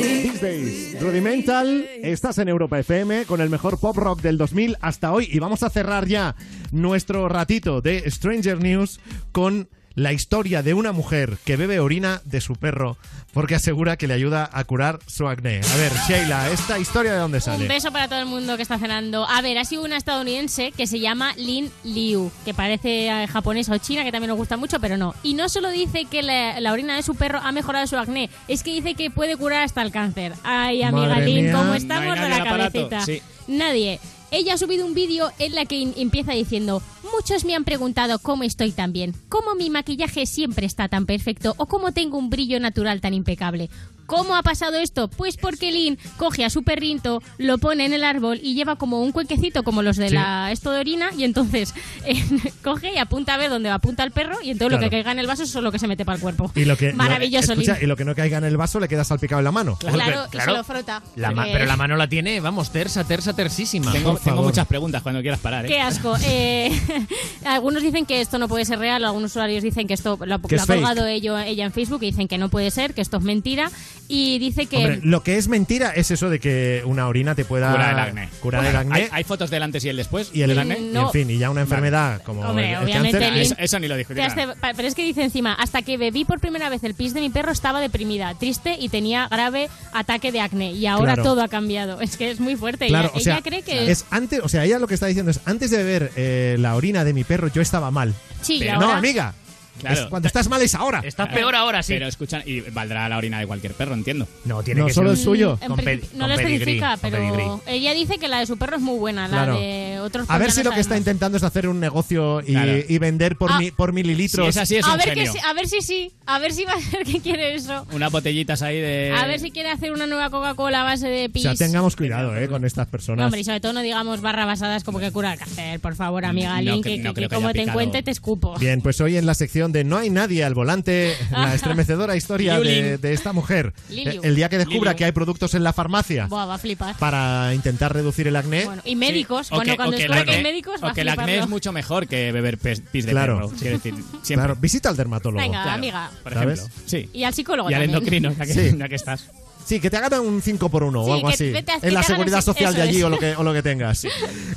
Tuesdays. Rudimental, estás en Europa FM con el mejor pop rock del 2000 hasta hoy y vamos a cerrar ya nuestro ratito de Stranger News con la historia de una mujer que bebe orina de su perro porque asegura que le ayuda a curar su acné. A ver, Sheila, ¿esta historia de dónde sale? Un beso para todo el mundo que está cenando. A ver, ha sido una estadounidense que se llama Lin Liu, que parece eh, japonesa o china, que también nos gusta mucho, pero no. Y no solo dice que la, la orina de su perro ha mejorado su acné, es que dice que puede curar hasta el cáncer. Ay, amiga Madre Lin, mía. ¿cómo No estamos hay de nadie la al aparato, cabecita? sí. Nadie. Ella ha subido un vídeo en la que in- empieza diciendo, muchos me han preguntado cómo estoy tan bien, cómo mi maquillaje siempre está tan perfecto o cómo tengo un brillo natural tan impecable. ¿Cómo ha pasado esto? Pues porque Lynn coge a su perrinto, lo pone en el árbol y lleva como un cuenquecito como los de Sí. la esto de orina y entonces eh, coge y apunta a ver dónde apunta el perro y entonces lo Claro. que caiga en el vaso es lo que se mete para el cuerpo. Y lo que, lo- Maravilloso, Lynn. escucha, eh, y lo que no caiga en el vaso le queda salpicado en la mano. Claro, Claro, y se lo frota. La ma- porque- pero la mano la tiene, vamos, tersa, tersa, tersísima. Tengo, Por tengo favor. muchas preguntas cuando quieras parar. ¿eh? Qué asco. Eh, algunos dicen que esto no puede ser real, algunos usuarios dicen que esto lo, ha- Que lo es ha fake. colgado ello- ella en Facebook y dicen que no puede ser, que esto es mentira. Y dice que. Hombre, lo que es mentira es eso de que una orina te pueda Curar el acné. curar el acné ¿Hay, hay fotos del antes y el después? y el del Mm, acné? y en no. fin, y ya una enfermedad como Hombre, el- el, obviamente cáncer. Lin- Eso, eso ni lo discutimos. que hasta- pa- pero es que dice encima, hasta que bebí por primera vez el pis de mi perro estaba deprimida, triste y tenía grave ataque de acné. Y ahora Claro. todo ha cambiado. Es que es muy fuerte. Claro, ella, o sea, ella cree que... es antes, o sea, ella lo que está diciendo es antes de beber eh, la orina de mi perro yo estaba mal. Sí, y Pero ahora... no, amiga. Claro. Es- cuando estás mal es ahora. Estás peor ahora, sí. Pero escuchan, y valdrá la orina de cualquier perro, entiendo. no, tiene No que solo ser es suyo. en Con principio- pedi- no con lo pedigrí, especifica, con pero ella dice que la de su perro es muy buena, la Claro. de otros A ver pues ya si no lo que está sabemos. intentando es hacer un negocio y, Claro. y vender por, Ah. mi- por Si mililitros. es así, es a un ver genio. que sí, a ver si sí, a ver si va a ser que quiere eso. Unas botellitas ahí de... A ver si quiere hacer una nueva Coca-Cola a base de o pis. sea, tengamos cuidado eh, con estas No, personas. hombre, y sobre todo no digamos barra basadas como que cura el cáncer, por favor, amiga No, Link, que- que, no que creo que como haya te picado. encuentre te escupo. Bien, pues hoy en la sección de No hay nadie al volante, Ah. la estremecedora historia de, Yulin. de esta mujer. Liliu. El día que descubra Liliu. que hay productos en la farmacia Buah, va a flipar. para intentar reducir el acné, Bueno, y médicos, ¿Eh? Sí. O bueno, que- cuando o que el descubra que hay acné- médicos va O a que el acné fliparlo. es mucho mejor que beber pes- pis de Claro. perro. Quiero decir, siempre. claro, visita al dermatólogo. Venga, Claro. amiga. Por ¿Sabes? ejemplo. Sí. Y al psicólogo Y al también. endocrino, ya que, Sí. ya que estás. Sí, que te hagan un 5 por 1 Sí, o algo que así. vete a- que en la te hagan seguridad así, social de eso allí es. o lo, que, o lo que tengas.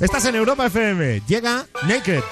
Estás en Europa FM. Llega Naked.